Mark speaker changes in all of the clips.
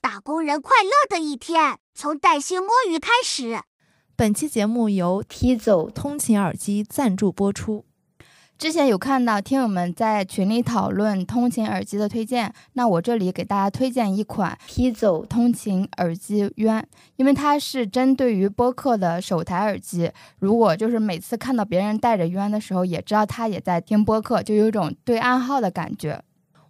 Speaker 1: 打工人快乐的一天，从带薪摸鱼开始。
Speaker 2: 本期节目由 Tizo 通勤耳机赞助播出。
Speaker 3: 之前有看到听友们在群里讨论通勤耳机的推荐，那我这里给大家推荐一款 Tizo 通勤耳机冤，因为它是针对于播客的首台耳机。如果就是每次看到别人戴着冤的时候，也知道他也在听播客，就有一种对暗号的感觉。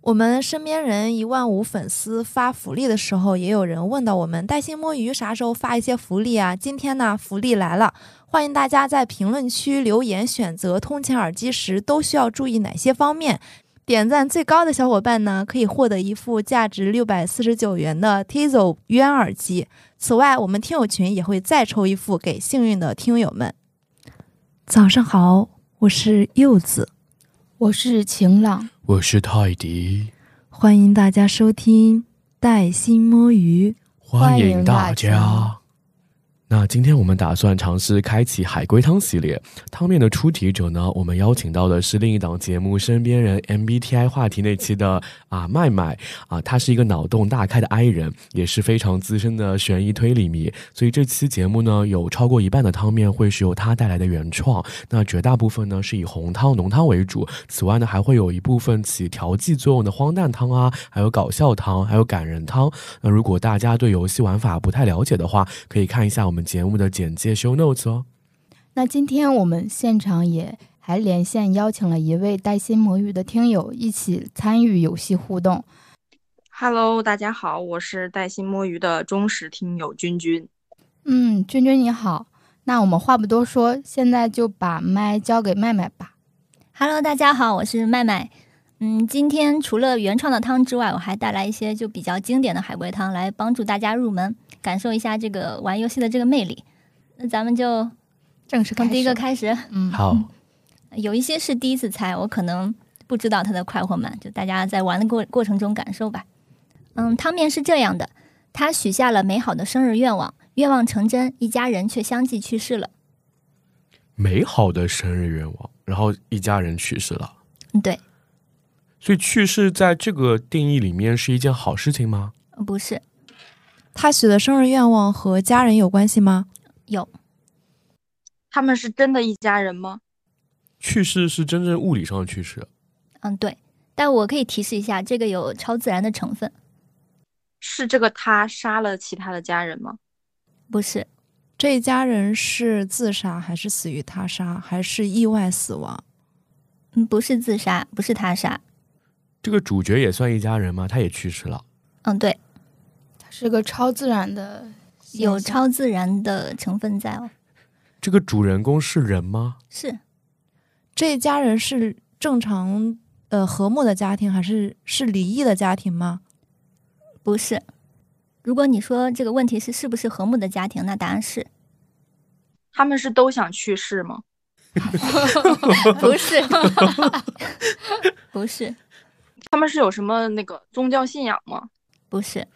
Speaker 2: 我们身边人一万五粉丝发福利的时候，也有人问到我们带薪摸鱼啥时候发一些福利啊？今天呢，福利来了，欢迎大家在评论区留言，选择通勤耳机时都需要注意哪些方面。点赞最高的小伙伴呢，可以获得一副价值六百四十九元的 Tizo 冤耳机。此外，我们听友群也会再抽一副给幸运的听友们。早上好，我是柚子，
Speaker 3: 我是晴朗。
Speaker 4: 我是泰迪，
Speaker 2: 欢迎大家收听带薪摸鱼。
Speaker 3: 欢
Speaker 4: 欢
Speaker 3: 迎
Speaker 4: 迎
Speaker 3: 大
Speaker 4: 大
Speaker 3: 家
Speaker 4: 家。那今天我们打算尝试开启海龟汤系列，汤面的出题者呢，我们邀请到的是另一档节目《身边人》MBTI 话题那期的啊麦麦啊，他是一个脑洞大开的 I 人，也是非常资深的悬疑推理迷，所以这期节目呢，有超过一半的汤面会是由他带来的原创，那绝大部分呢是以红汤、浓汤为主，此外呢还会有一部分起调剂作用的荒诞汤啊，还有搞笑汤，还有感人汤，那如果大家对游戏玩法不太了解的话，可以看一下我们节目的简介 show notes 哦。
Speaker 3: 那今天我们现场也还连线邀请了一位带薪魔芋的听友一起参与游戏互动。
Speaker 5: Hello，大家好，我是带薪摸鱼的忠实听友君君。
Speaker 3: 嗯，君君你好，那我们话不多说，现在就把麦交给麦麦吧。
Speaker 6: Hello，大家好，我是麦麦。嗯，今天除了原创的汤之外，我还带来一些就比较经典的海龟汤来帮助大家入门，感受一下这个玩游戏的这个魅力。那咱们就
Speaker 3: 正式
Speaker 6: 从第一个，开始，
Speaker 3: 嗯，
Speaker 4: 好，
Speaker 6: 有一些是第一次猜，我可能不知道它的快或慢，就大家在玩的过过程中感受吧。嗯，汤面是这样的：他许下了美好的生日愿望，愿望成真，一家人却相继去世了。
Speaker 4: 美好的生日愿望，然后一家人去世了，
Speaker 6: 嗯，对，
Speaker 4: 所以去世在这个定义里面是一件好事情吗？
Speaker 6: 不是
Speaker 2: 他许的生日愿望和家人有关系吗？
Speaker 6: 有
Speaker 5: 他们是真的一家人吗？
Speaker 4: 去世是真正物理上的去世，
Speaker 6: 嗯，对，但我可以提示一下，这个有超自然的成分，
Speaker 5: 是这个他杀了其他的家人吗？
Speaker 6: 不是，
Speaker 2: 这一家人是自杀还是死于他杀，还是意外死亡？
Speaker 6: 嗯，不是自杀，不是他杀，
Speaker 4: 这个主角也算一家人吗？他也去世了，
Speaker 6: 嗯，对，
Speaker 3: 它是个超自然的现象，
Speaker 6: 有超自然的成分在哦，
Speaker 4: 这个主人公是人吗？
Speaker 6: 是
Speaker 2: 这一家人是正常呃和睦的家庭，还是是离异的家庭吗？
Speaker 6: 不是？如果你说这个问题是是不是和睦的家庭，那答案是
Speaker 5: 他们是都想去世吗？
Speaker 6: 不是？ 不是，
Speaker 5: 他们是有什么那个宗教信仰吗？
Speaker 6: 不是，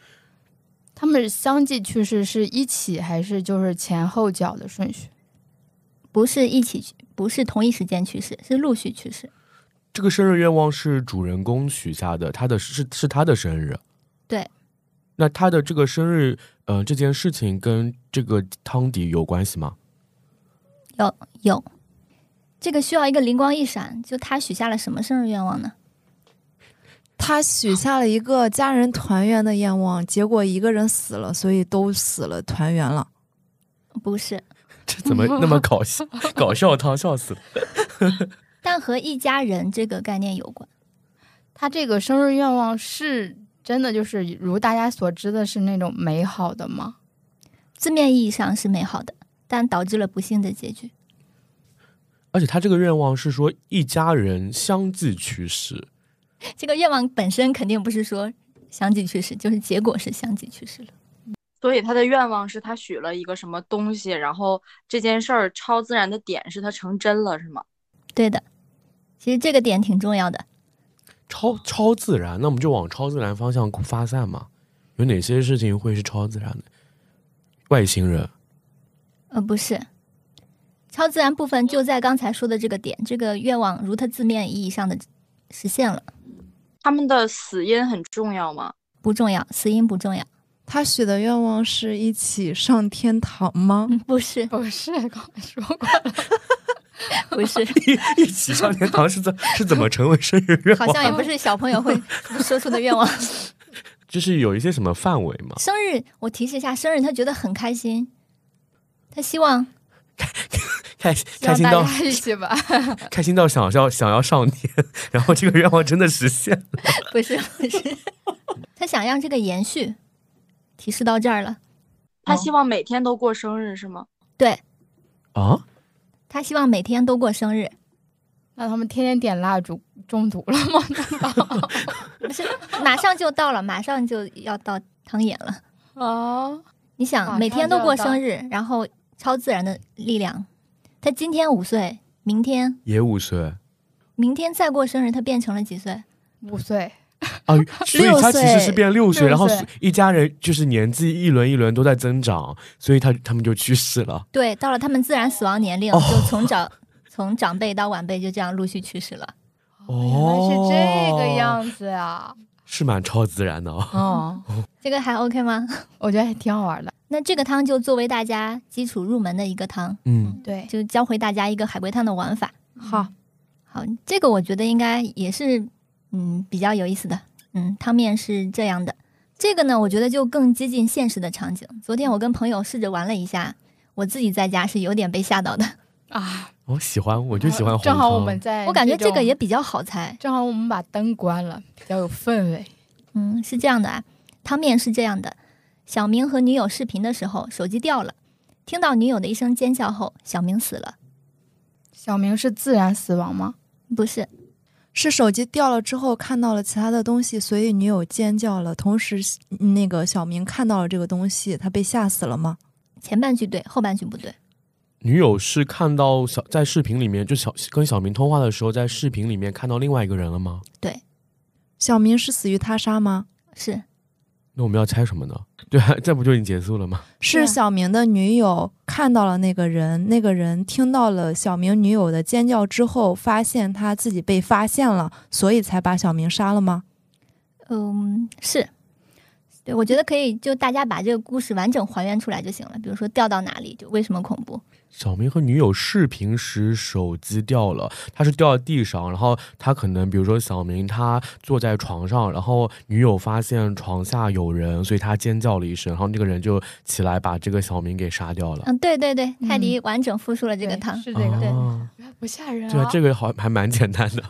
Speaker 3: 他们相继去世是一起还是就是前后脚的顺序？
Speaker 6: 不是一起去，不是同一时间去世，是陆续去世，
Speaker 4: 这个生日愿望是主人公许下的，他的是是他的生日。
Speaker 6: 对。
Speaker 4: 那他的这个生日，呃，这件事情跟这个汤底有关系吗？
Speaker 6: 有有。这个需要一个灵光一闪，就他许下了什么生日愿望呢？
Speaker 2: 他许下了一个家人团圆的愿望，结果一个人死了，所以都死了，团圆了。
Speaker 6: 不是，
Speaker 4: 这怎 么那么搞笑？搞笑汤笑死了！
Speaker 6: 但和一家人这个概念有关。
Speaker 3: 他这个生日愿望是真的就是如大家所知的是那种美好的吗？
Speaker 6: 字面意义上是美好的，但导致了不幸的结局。
Speaker 4: 而且他这个愿望是说一家人相继去世，
Speaker 6: 这个愿望本身肯定不是说相继去世，就是结果是相继去世了。
Speaker 5: 所以他的愿望是他许了一个什么东西，然后这件事儿超自然的点是他成真了，是吗？
Speaker 6: 对的，其实这个点挺重要的。
Speaker 4: 超超自然，那我们就往超自然方向发散嘛。有哪些事情会是超自然的？外星人，
Speaker 6: 呃，不是，超自然部分就在刚才说的这个点，这个愿望如它字面意义上的实现了，
Speaker 5: 他们的死因很重要吗？
Speaker 6: 不重要，死因不重要。
Speaker 2: 他许的愿望是一起上天堂吗？
Speaker 6: 嗯，不是，
Speaker 3: 不是，刚才说过，
Speaker 6: 不是，
Speaker 4: 一一起上天堂是怎是怎么成为生日愿
Speaker 6: 好
Speaker 4: 望？
Speaker 6: 像也不是小朋友会说出的愿望。
Speaker 4: 就是有一些什么范围吗？
Speaker 6: 生日，我提示一下，生日他觉得很开心，他希望
Speaker 4: 开
Speaker 3: 希
Speaker 4: 开
Speaker 3: 望
Speaker 4: 心
Speaker 3: 大
Speaker 4: 到
Speaker 3: 家一起吧。
Speaker 4: 开心到想要想要上天， 然后这个愿望真的实现了。
Speaker 6: 不是不是， 他想让这个延续。提示到这儿了，
Speaker 5: 他希望每天都过生日是吗？
Speaker 6: 对
Speaker 4: 啊，
Speaker 6: 他希望每天都过生日，
Speaker 3: 那他们天天点蜡烛中毒了吗？
Speaker 6: 不是马上就到了，马上就要到汤眼了。
Speaker 3: 啊，
Speaker 6: 你
Speaker 3: 马
Speaker 6: 想
Speaker 3: 上
Speaker 6: 每天都
Speaker 3: 就要
Speaker 6: 过
Speaker 3: 到
Speaker 6: 生日，然后超自然的力量，他今天五岁，明天
Speaker 4: 也五岁
Speaker 6: 明天再过生日，他变成了几岁？
Speaker 3: 五岁，
Speaker 4: 啊，所以他其实是变六岁，
Speaker 3: 六岁
Speaker 4: 然后一家人就是年纪一轮一轮都在增长，所以他他们就去世了。
Speaker 6: 对，到了他们自然死亡年龄，
Speaker 4: 哦
Speaker 6: 就从长 从长辈到晚辈就这样陆续去世了。
Speaker 3: 原来
Speaker 4: 哦，
Speaker 3: 是这个，样子啊呀。
Speaker 4: 是蛮超自然的哦。
Speaker 3: 嗯，
Speaker 6: 这个还 OK 吗？
Speaker 3: 我觉得还挺好玩的。
Speaker 6: 那这个汤就作为大家基础入门的一个汤，
Speaker 4: 嗯，
Speaker 3: 对，
Speaker 6: 就教会大家一个海龟汤的玩法。嗯
Speaker 2: 好，
Speaker 6: 好，这个我觉得应该也是，嗯，比较有意思的。嗯，汤面是这样的，这个呢，我觉得就更接近现实的场景。昨天我跟朋友试着玩了一下，我自己在家是有点被吓到的。
Speaker 3: 啊，
Speaker 4: 我喜欢，我就喜欢红
Speaker 3: 正好我
Speaker 4: 汤。
Speaker 3: 们在，
Speaker 6: 我感觉这个也比较好猜。
Speaker 3: 正好我们把灯关了，比较有氛围。
Speaker 6: 嗯，是这样的啊，汤面是这样的：小明和女友视频的时候，手机掉了，听到女友的一声尖叫后，小明死了。
Speaker 3: 小明是自然死亡吗？
Speaker 6: 不是，
Speaker 2: 是手机掉了之后看到了其他的东西，所以女友尖叫了。同时，嗯那个小明看到了这个东西，他被吓死了吗？
Speaker 6: 前半句对，后半句不对。
Speaker 4: 女友是看到小在视频里面，就小跟小明通话的时候，在视频里面看到另外一个人了吗？
Speaker 6: 对，
Speaker 2: 小明是死于他杀吗？
Speaker 6: 是
Speaker 4: 那我们要猜什么呢？对 啊，这不就已经结束了吗？
Speaker 3: 对
Speaker 2: 是
Speaker 3: 啊
Speaker 2: 小明的女友看到了那个人，那个人听到了小明女友的尖叫之后，发现他自己被发现了，所以才把小明杀了吗？
Speaker 6: 嗯，是。对，我觉得可以，就大家把这个故事完整还原出来就行了。比如说掉到哪里，就为什么恐怖？
Speaker 4: 小明和女友视频时，手机掉了，他是掉到地上，然后他可能比如说小明他坐在床上，然后女友发现床下有人，所以他尖叫了一声，然后那个人就起来把这个小明给杀掉了。
Speaker 6: 嗯，对对对，泰迪完整复述了这个
Speaker 3: 对
Speaker 6: 汤。
Speaker 3: 是这个，
Speaker 6: 对
Speaker 4: 啊
Speaker 3: 不吓人
Speaker 4: 对啊
Speaker 3: 啊，，
Speaker 4: 这个好还蛮简单的。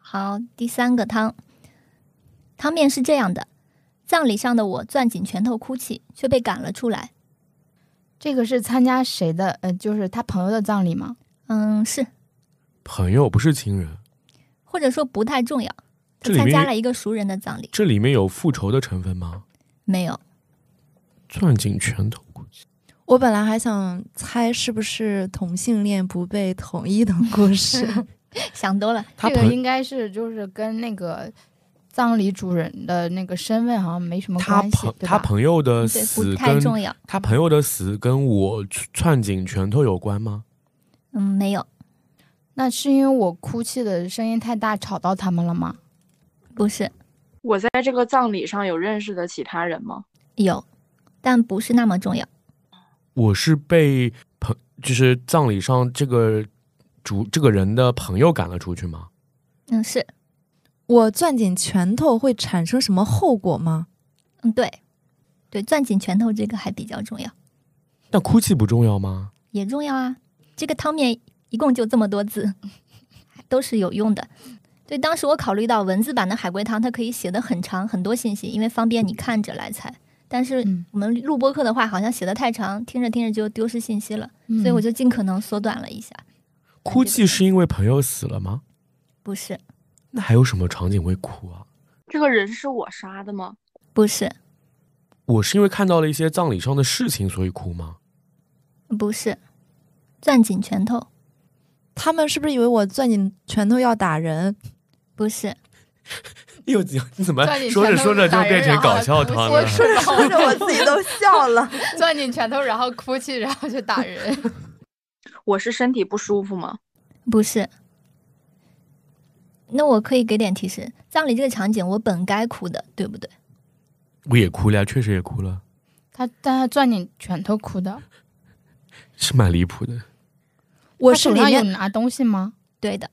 Speaker 6: 好，第三个汤，汤面是这样的：葬礼上的我攥紧拳头哭泣，却被赶了出来。
Speaker 3: 这个是参加谁的？呃，就是他朋友的葬礼吗？
Speaker 6: 嗯，是，
Speaker 4: 朋友不是亲人，
Speaker 6: 或者说不太重要。
Speaker 4: 这
Speaker 6: 他
Speaker 4: 里
Speaker 6: 参加
Speaker 4: 面
Speaker 6: 了一个熟人的葬礼，
Speaker 4: 这里面有复仇的成分吗？
Speaker 6: 没有。
Speaker 4: 攥紧拳头，
Speaker 2: 我本来还想猜是不是同性恋不被同意的故事，
Speaker 6: 想多了，
Speaker 4: 他
Speaker 3: 这个
Speaker 4: 朋
Speaker 3: 应该是就是跟那个葬礼主人的那个身份好像没什么
Speaker 4: 他
Speaker 3: 关系
Speaker 4: 朋，
Speaker 3: 对
Speaker 4: 他
Speaker 3: 吧？
Speaker 4: 朋友的
Speaker 6: 对，不
Speaker 4: 呃死
Speaker 6: 太
Speaker 4: 跟
Speaker 6: 重要。
Speaker 4: 他朋友的死跟我攥紧拳头有关吗？
Speaker 6: 嗯，没有，
Speaker 3: 那是因为我哭泣的声音太大吵到他们了吗？
Speaker 6: 不是
Speaker 5: 我在这个葬礼上有认识的其他人吗？
Speaker 6: 有，但不是那么重要。
Speaker 4: 我是被朋，就是葬礼上这个主这个人的朋友赶了出去吗？
Speaker 6: 嗯，是，
Speaker 2: 我攥紧拳头会产生什么后果吗？
Speaker 6: 嗯，对，对，攥紧拳头这个还比较重要，
Speaker 4: 但哭泣不重要吗？
Speaker 6: 也重要啊。这个汤面一共就这么多字， 都是有用的。对，当时我考虑到文字版的海龟汤，它可以写的很长，很多信息，因为方便你看着来猜。但是
Speaker 3: 嗯
Speaker 6: 我们录播课的话，好像写的太长，听着听着就丢失信息了，所以我
Speaker 3: 嗯
Speaker 6: 就尽可能缩短了一下。
Speaker 4: 哭泣是因为朋友死了吗？
Speaker 6: 不是，
Speaker 4: 那还有什么场景会哭啊？
Speaker 5: 这个人是我杀的吗？
Speaker 6: 不是，
Speaker 4: 我是因为看到了一些葬礼上的事情所以哭吗？
Speaker 6: 不是，攥紧拳头，
Speaker 2: 他们是不是以为我攥紧拳头要打人？
Speaker 6: 不是，
Speaker 4: 又怎 你怎么
Speaker 3: 攥紧
Speaker 4: 说着
Speaker 3: 拳头
Speaker 4: 哎说着就
Speaker 3: 打人
Speaker 4: 变成
Speaker 3: 然后
Speaker 4: 搞笑汤
Speaker 3: 哭
Speaker 4: 了
Speaker 3: 我？顺着
Speaker 2: 着我自己都笑了。
Speaker 3: 攥紧拳头，然后哭泣，然后就打人。
Speaker 5: 我是身体不舒服吗？
Speaker 6: 不是。那我可以给点提示，葬礼这个场景我本该哭的，对不对？
Speaker 4: 我也哭了呀，确实也哭了，
Speaker 3: 他但他攥你拳头哭的。
Speaker 4: 是蛮离谱的。
Speaker 2: 我
Speaker 3: 他
Speaker 2: 是
Speaker 3: 手
Speaker 2: 里
Speaker 3: 上有
Speaker 2: 面
Speaker 3: 拿东西吗？
Speaker 6: 对的，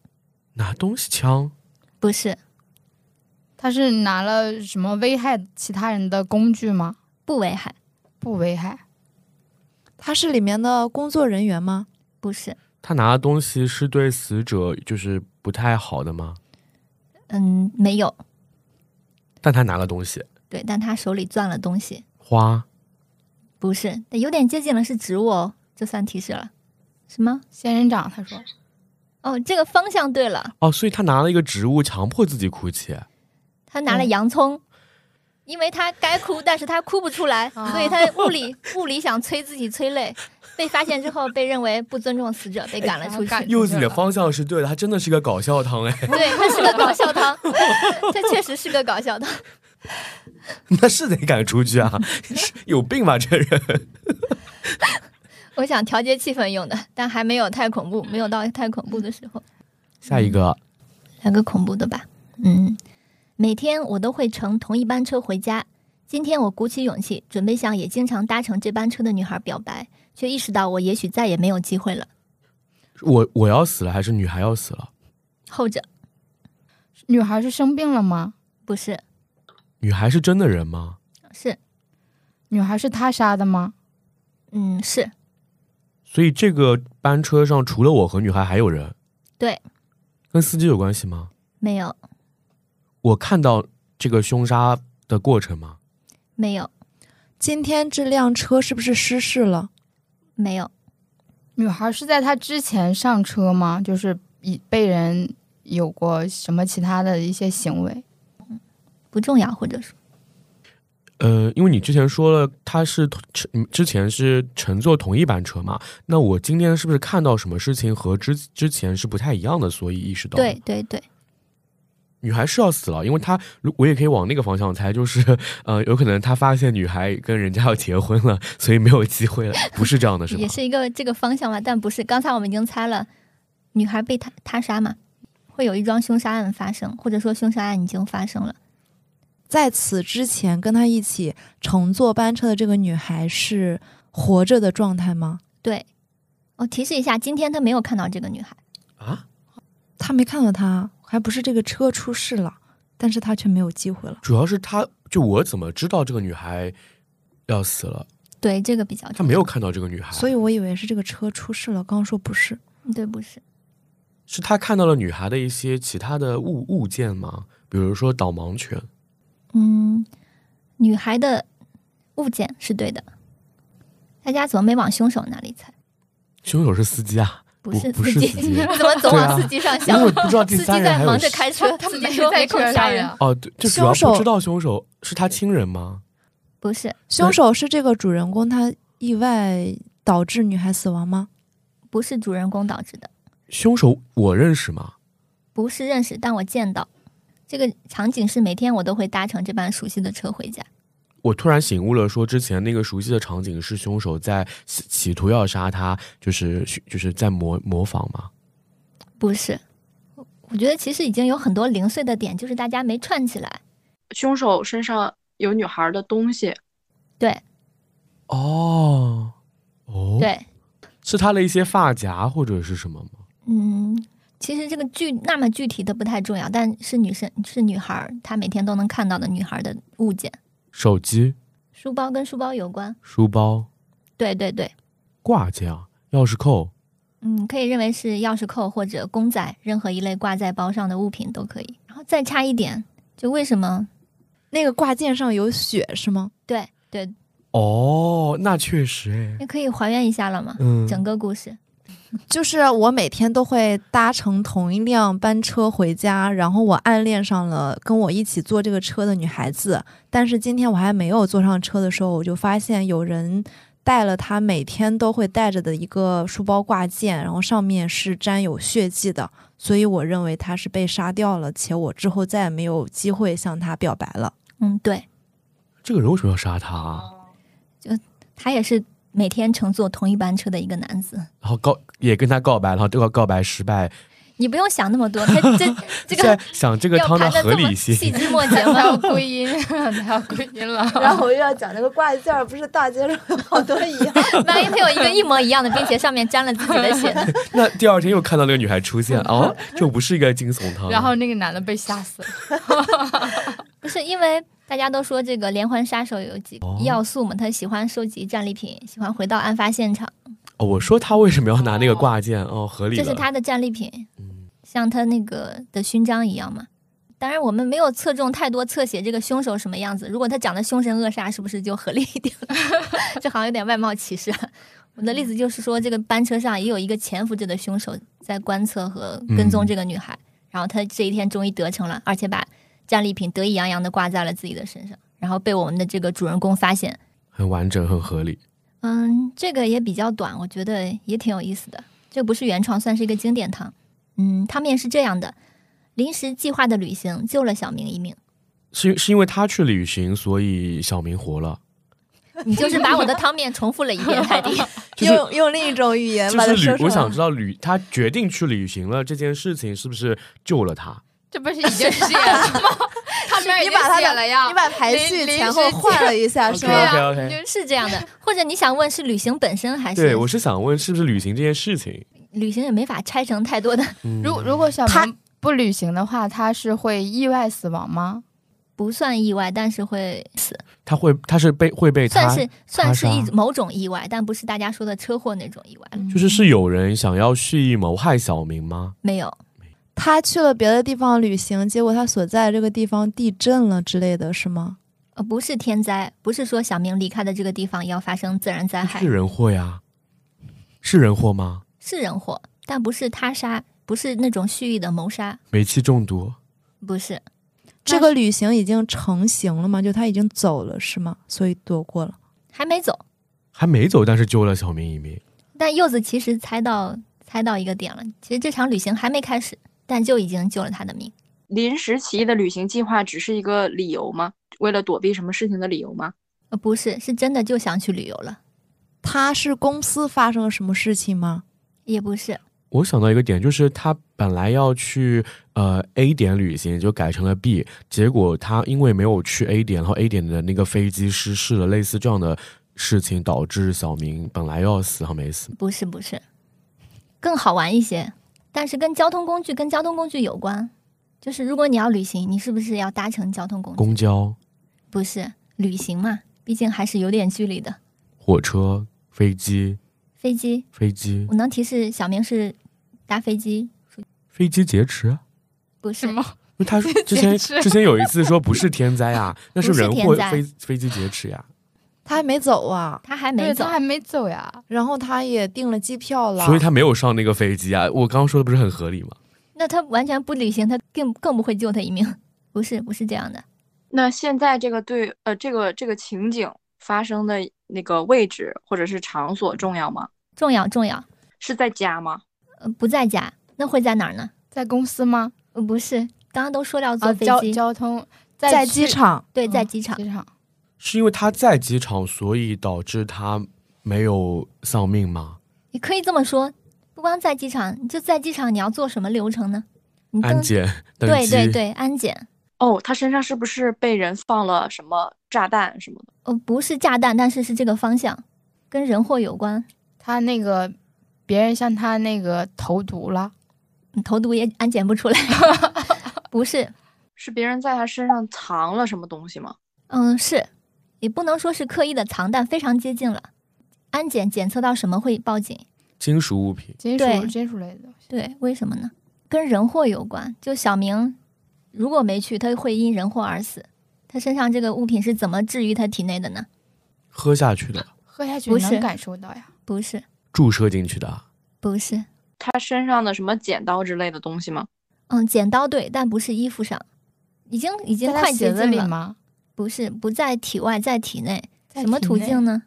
Speaker 4: 拿东西枪，
Speaker 6: 不是，
Speaker 3: 他是拿了什么危害其他人的工具吗？
Speaker 6: 不危害，
Speaker 3: 不危害。
Speaker 2: 他是里面的工作人员吗？
Speaker 6: 不是。
Speaker 4: 他拿的东西是对死者就是不太好的吗？
Speaker 6: 嗯，没有。
Speaker 4: 但他拿了东西，
Speaker 6: 对，但他手里攥了东西，
Speaker 4: 花
Speaker 6: 不是，但有点接近了，是植物哦，这算提示了。什么？
Speaker 3: 仙人掌，他说
Speaker 6: 哦，这个方向对了，
Speaker 4: 哦，所以他拿了一个植物，强迫自己哭泣。
Speaker 6: 他拿了
Speaker 3: 嗯
Speaker 6: 洋葱，因为他该哭，但是他哭不出来，
Speaker 3: 哦
Speaker 6: 所以他物理物理想催自己催泪，被发现之后被认为不尊重死者，被赶了出去。
Speaker 3: 哎赶
Speaker 4: 柚子你的方向是对的，他真的是个搞笑汤哎，
Speaker 6: 对，他是个搞笑汤， 这确实是个搞笑汤。
Speaker 4: 那是得赶出去啊， 是有病吧这人？
Speaker 6: 我想调节气氛用的，但还没有太恐怖，没有到太恐怖的时候。
Speaker 4: 下一个，
Speaker 6: 来个恐怖的吧。嗯，每天我都会乘同一班车回家。今天我鼓起勇气，准备向也经常搭乘这班车的女孩表白，却意识到我也许再也没有机会了。
Speaker 4: 我我要死了还是女孩要死了？
Speaker 6: 后者
Speaker 3: 女孩是生病了吗？
Speaker 6: 不是，
Speaker 4: 女孩是真的人吗？
Speaker 6: 是，
Speaker 3: 女孩是他杀的吗？
Speaker 6: 嗯，是
Speaker 4: 所以这个班车上除了我和女孩还有人，
Speaker 6: 对，
Speaker 4: 跟司机有关系吗？
Speaker 6: 没有，
Speaker 4: 我看到这个凶杀的过程吗？
Speaker 6: 没有，
Speaker 2: 今天这辆车是不是失事了？
Speaker 6: 没有，
Speaker 3: 女孩是在他之前上车吗？就是已被人有过什么其他的一些行 为？
Speaker 6: 不重要，或者说
Speaker 4: 呃，因为你之前说了他是同乘之前是乘坐同一班车嘛，那我今天是不是看到什么事情和之之前是不太一样的，所以意识到
Speaker 6: 对对对，
Speaker 4: 女孩是要死了，因为她如我也可以往那个方向猜，就是呃，有可能他发现女孩跟人家要结婚了，所以没有机会了，不是这样的是吗
Speaker 6: 也？是一个这个方向吧，但不是。刚才我们已经猜了，女孩被他他杀嘛，会有一桩凶杀案发生，或者说凶杀案已经发生了。
Speaker 2: 在此之前跟他一起乘坐班车的这个女孩是活着的状态吗？
Speaker 6: 对，我、提示一下，今天他没有看到这个女孩。
Speaker 4: 啊，
Speaker 2: 他没看到她，还不是这个车出事了，但是他却没有机会了。
Speaker 4: 主要是他就我怎么知道这个女孩要死了？
Speaker 6: 对，这个比较重要
Speaker 4: 他没有，看到这个女孩，
Speaker 2: 所以我以为是这个车出事了，刚刚说不是，
Speaker 6: 对，不是，
Speaker 4: 是他看到了女孩的一些其他的物物件吗？比如说导盲犬，
Speaker 6: 嗯，女孩的物件是对的。大家怎么没往凶手那里猜？
Speaker 4: 凶手是司机啊，
Speaker 6: 不
Speaker 4: 不
Speaker 6: 是
Speaker 4: 不
Speaker 6: 司
Speaker 4: 是
Speaker 6: 机，
Speaker 4: 司机
Speaker 6: 你 怎么总
Speaker 4: 对啊
Speaker 6: 往司机上
Speaker 4: 因
Speaker 6: 想？
Speaker 4: 为我不知道第
Speaker 6: 司机
Speaker 4: 三人还
Speaker 6: 在
Speaker 4: 有
Speaker 6: 忙着 开车，司机说没空杀人。。
Speaker 4: 哦，对，就主要
Speaker 2: 凶手
Speaker 4: 不知道凶手是他亲人吗？
Speaker 6: 不是，
Speaker 2: 凶手是这个主人公他意外导致女孩死亡吗？
Speaker 6: 不是主人公导致的，
Speaker 4: 凶手我认识吗？
Speaker 6: 不是认识，但我见到这个场景是每天我都会搭乘这班熟悉的车回家。
Speaker 4: 我突然醒悟了，说之前那个熟悉的场景是凶手在企企图要杀他，就是就是在模模仿嘛。
Speaker 6: 不是，我觉得其实已经有很多零碎的点，就是大家没串起来。
Speaker 5: 凶手身上有女孩的东西，
Speaker 6: 对
Speaker 4: 哦哦，，
Speaker 6: 对，
Speaker 4: 是他的一些发夹或者是什么吗？
Speaker 6: 嗯，其实这个具那么具体的不太重要，但是女生是女孩儿，她每天都能看到的女孩儿的物件，
Speaker 4: 手机、
Speaker 6: 书包跟书包有关。
Speaker 4: 书包、
Speaker 6: 对对对，
Speaker 4: 挂件、啊钥匙扣。
Speaker 6: 嗯，可以认为是钥匙扣或者公仔，任何一类挂在包上的物品都可以。然后再差一点，就为什么？
Speaker 2: 那个挂件上有血是吗？
Speaker 6: 对对，
Speaker 4: 哦，那确实哎，
Speaker 6: 也可以还原一下了嘛，
Speaker 4: 嗯，
Speaker 6: 整个故事。
Speaker 2: 就是我每天都会搭乘同一辆班车回家，然后我暗恋上了跟我一起坐这个车的女孩子，但是今天我还没有坐上车的时候，我就发现有人带了她每天都会带着的一个书包挂件，然后上面是沾有血迹的，所以我认为她是被杀掉了，且我之后再也没有机会向她表白了。
Speaker 6: 嗯，对，
Speaker 4: 啊
Speaker 6: 哦
Speaker 4: 这个人为什么要杀他？
Speaker 6: 她也是每天乘坐同一班车的一个男子。
Speaker 4: 然后告也跟他告白，然后这个告白失败，
Speaker 6: 你不用想那 么多，他这这
Speaker 4: 现
Speaker 6: 个
Speaker 4: 在想这个
Speaker 6: 要
Speaker 4: 汤的
Speaker 6: 盘的
Speaker 4: 合
Speaker 6: 这么
Speaker 4: 理
Speaker 6: 细
Speaker 4: 性，
Speaker 6: 枝末节
Speaker 3: 他要
Speaker 6: 吗？
Speaker 3: 归 因，他要归因了。
Speaker 2: 然后我又要讲那个挂件儿，不是大街上有好多一样。
Speaker 6: 万一他有一个一模一样的，并且上面沾了自己的 血呢？
Speaker 4: 那第二天又看到那个女孩出现，哦，这不是一个惊悚汤，
Speaker 3: 然后那个男的被吓死了，
Speaker 6: 不是因为大家都说这个连环杀手有几
Speaker 4: 哦
Speaker 6: 个要素嘛？他喜欢收集战利品，喜欢回到案发现场，
Speaker 4: 哦我说他为什么要拿那个挂件，哦，合理
Speaker 6: 这
Speaker 4: 了，
Speaker 6: 是他的战利品，
Speaker 4: 嗯
Speaker 6: 像他那个的勋章一样嘛。当然，我们没有侧重太多侧写这个凶手什么样子。如果他长得凶神恶煞，是不是就合理一点？ 这好像有点外貌歧视啊。我的例子就是说，这个班车上也有一个潜伏着的凶手在观测和跟
Speaker 4: 嗯
Speaker 6: 踪这个女孩，然后他这一天终于得逞了，而且把战利品得意洋洋的挂在了自己的身上，然后被我们的这个主人公发现。
Speaker 4: 很完整，很合理。
Speaker 6: 嗯，这个也比较短，我觉得也挺有意思的。这不是原创，算是一个经典汤。嗯，汤面是这样的：临时计划的旅行救了小明一命。
Speaker 4: 是是因为他去旅行，所以小明活了，
Speaker 6: 你就是把我的汤面重复了一遍，海底。
Speaker 4: 就是
Speaker 2: 用用另一种语言
Speaker 4: 就
Speaker 2: 把它
Speaker 4: 是
Speaker 2: 说
Speaker 4: 旅，
Speaker 2: 出
Speaker 4: 我
Speaker 2: 来
Speaker 4: 想。知道旅他决定去旅行了这件事情是不是救了他？
Speaker 3: 这不是已经写了吗？ 他们
Speaker 2: 你把他
Speaker 3: 写
Speaker 2: 的
Speaker 3: 了呀，
Speaker 2: 你把排
Speaker 3: 临
Speaker 2: 序
Speaker 3: 临
Speaker 2: 前
Speaker 3: 时
Speaker 2: 后
Speaker 3: 剪
Speaker 2: 换了一 下，是
Speaker 3: 对呀、
Speaker 2: 吗？
Speaker 4: OK，OK，OK
Speaker 3: 你就是
Speaker 6: 这样的，或者你想问是旅行本身还是
Speaker 4: 对，我是想问是不是旅行这件事情？
Speaker 6: 旅行也没法拆成太多的，
Speaker 4: 嗯
Speaker 3: 如如果小
Speaker 1: 他
Speaker 3: 明不旅行的话，他是会意外死亡吗？
Speaker 6: 不算意外，但是会死，
Speaker 4: 他会他是被会被他
Speaker 6: 算是算是一
Speaker 4: 他杀
Speaker 6: 某种意外，但不是大家说的车祸那种意外
Speaker 3: 嗯
Speaker 6: 了。
Speaker 4: 就是是有人想要蓄意谋害小明吗？
Speaker 6: 没有，
Speaker 2: 他去了别的地方旅行，结果他所在的这个地方地震了之类的，是吗？
Speaker 6: 呃，不是天灾，不是说小明离开的这个地方要发生自然灾害
Speaker 4: 是，人祸呀，是人祸吗？
Speaker 6: 是人祸，但不是他杀，不是那种蓄意的谋杀，
Speaker 4: 煤气中毒？
Speaker 6: 不是。
Speaker 2: 这个旅行已经成型了吗？就他已经走了是吗？所以躲过了。
Speaker 6: 还没走，
Speaker 4: 还没走，但是救了小明一命。
Speaker 6: 但柚子其实猜到猜到一个点了，其实这场旅行还没开始，但就已经救了他的命。
Speaker 5: 临时起意的旅行计划只是一个理由吗？为了躲避什么事情的理由吗？
Speaker 6: 呃，不是，是真的就想去旅游了，
Speaker 2: 他是公司发生了什么事情吗？
Speaker 6: 也不是，
Speaker 4: 我想到一个点，就是他本来要去呃 A 点旅行，就改成了 B，结果他因为没有去 A 点，然后 A 点的那个飞机失事了，类似这样的事情导致小明本来要死，然后没死。
Speaker 6: 不是，不是，更好玩一些，但是跟交通工具跟交通工具有关，就是如果你要旅行，你是不是要搭乘交通工具？
Speaker 4: 公交、
Speaker 6: 不是旅行嘛，毕竟还是有点距离的。
Speaker 4: 火车、飞机、
Speaker 6: 飞机，
Speaker 4: 飞机、
Speaker 6: 我能提示小明是搭飞机，
Speaker 4: 飞机劫持。啊
Speaker 6: 不是
Speaker 3: 什么？
Speaker 4: 因为他说之 前
Speaker 3: 持
Speaker 4: 之前有一次说不是天灾啊，那
Speaker 6: 不是
Speaker 4: 人祸
Speaker 6: 天灾
Speaker 4: 飞飞机劫持呀、
Speaker 2: 他还没走啊，
Speaker 6: 他还
Speaker 3: 对
Speaker 6: 没走
Speaker 3: 他，还没走呀。
Speaker 2: 然后他也订了机票了，
Speaker 4: 所以他没有上那个飞机啊。我刚刚说的不是很合理吗？
Speaker 6: 那他完全不旅行，他更更不会救他一命。不是，不是这样的，
Speaker 5: 那现在这个对呃这个这个情景发生的那个位置或者是场所重要吗？
Speaker 6: 重要重要，
Speaker 5: 是在家吗？
Speaker 6: 呃，不在家，那会在哪儿呢？
Speaker 3: 在公司吗？
Speaker 6: 呃，不是，刚刚都说了要坐
Speaker 3: 啊，
Speaker 6: 飞
Speaker 3: 交
Speaker 6: 机，
Speaker 3: 交通
Speaker 2: 在
Speaker 3: 去
Speaker 2: 机场。
Speaker 6: 对，在
Speaker 3: 嗯
Speaker 6: 机场，
Speaker 3: 机场
Speaker 4: 是因为他在机场，所以导致他没有丧命吗？
Speaker 6: 你可以这么说，不光在机场，就在机场你要做什么流程呢？你
Speaker 4: 安
Speaker 6: 登
Speaker 4: 检、登
Speaker 6: 对
Speaker 4: 机，
Speaker 6: 对对，安检。
Speaker 5: 哦，他身上是不是被人放了什么炸弹什么的？
Speaker 6: 呃，不是炸弹，但是是这个方向，跟人祸有关。
Speaker 3: 他那个别人向他那个投毒了，
Speaker 6: 嗯投毒也安检不出来， 不是，
Speaker 5: 是别人在他身上藏了什么东西吗？
Speaker 6: 嗯，是，也不能说是刻意的藏，但非常接近了。安检检测到什么会报警？
Speaker 4: 金属物品。
Speaker 3: 金
Speaker 6: 对
Speaker 3: 属金属类的东西。
Speaker 6: 对，为什么呢？跟人祸有关。就小明如果没去，他会因人祸而死。他身上这个物品是怎么治愈他体内的呢？
Speaker 4: 喝下去的，
Speaker 3: 喝下去
Speaker 6: 不是
Speaker 3: 能感受到呀，
Speaker 6: 不是，
Speaker 4: 注射进去的，
Speaker 6: 不是，
Speaker 5: 他身上的什么剪刀之类的东西吗？
Speaker 6: 嗯，剪刀对，但不是衣服上，已经已经
Speaker 3: 在他
Speaker 6: 快接
Speaker 3: 鞋子
Speaker 6: 近
Speaker 3: 里
Speaker 6: 了。
Speaker 3: 吗？
Speaker 6: 不是，不在体外，在体内。
Speaker 3: 在
Speaker 6: 什么
Speaker 3: 体
Speaker 6: 途
Speaker 3: 内
Speaker 6: 径呢？